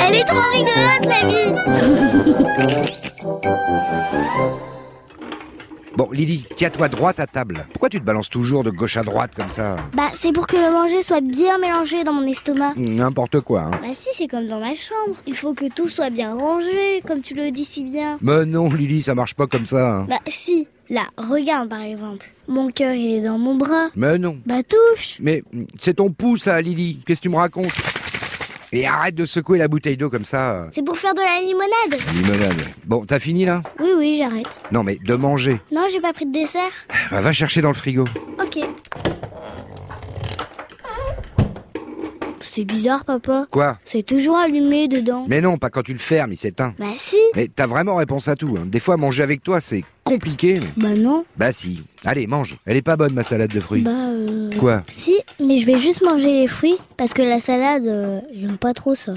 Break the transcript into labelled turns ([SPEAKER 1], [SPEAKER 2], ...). [SPEAKER 1] Elle est trop rigolote, mamie
[SPEAKER 2] Bon, Lily, tiens-toi droite à table. Pourquoi tu te balances toujours de gauche à droite comme ça
[SPEAKER 1] Bah, c'est pour que le manger soit bien mélangé dans mon estomac.
[SPEAKER 2] N'importe quoi, hein.
[SPEAKER 1] Bah si, c'est comme dans ma chambre. Il faut que tout soit bien rangé, comme tu le dis si bien.
[SPEAKER 2] Mais non, Lily, ça marche pas comme ça. hein.
[SPEAKER 1] Bah si, là, regarde par exemple. Mon cœur, il est dans mon bras.
[SPEAKER 2] Mais non.
[SPEAKER 1] Bah touche
[SPEAKER 2] Mais mm, c'est ton pouce, ça, Lily. Qu'est-ce que tu me racontes Et arrête de secouer la bouteille d'eau comme ça. euh,
[SPEAKER 1] C'est pour faire de la limonade
[SPEAKER 2] Limonade. Bon, t'as fini là
[SPEAKER 1] Oui, oui, j'arrête.
[SPEAKER 2] Non, mais de manger.
[SPEAKER 1] Non, j'ai pas pris de dessert.
[SPEAKER 2] Bah, va chercher dans le frigo.
[SPEAKER 1] Ok. C'est bizarre, papa.
[SPEAKER 2] Quoi
[SPEAKER 1] C'est toujours allumé dedans.
[SPEAKER 2] Mais non, pas quand tu le fermes, il s'éteint.
[SPEAKER 1] Bah si
[SPEAKER 2] Mais t'as vraiment réponse à tout. hein. Des fois, manger avec toi, c'est compliqué. mais-
[SPEAKER 1] Bah non.
[SPEAKER 2] Bah si. Allez, mange. Elle est pas bonne, ma salade de fruits.
[SPEAKER 1] Bah euh...
[SPEAKER 2] Quoi
[SPEAKER 1] Si, mais je vais juste manger les fruits parce que la salade, euh, j'aime pas trop ça.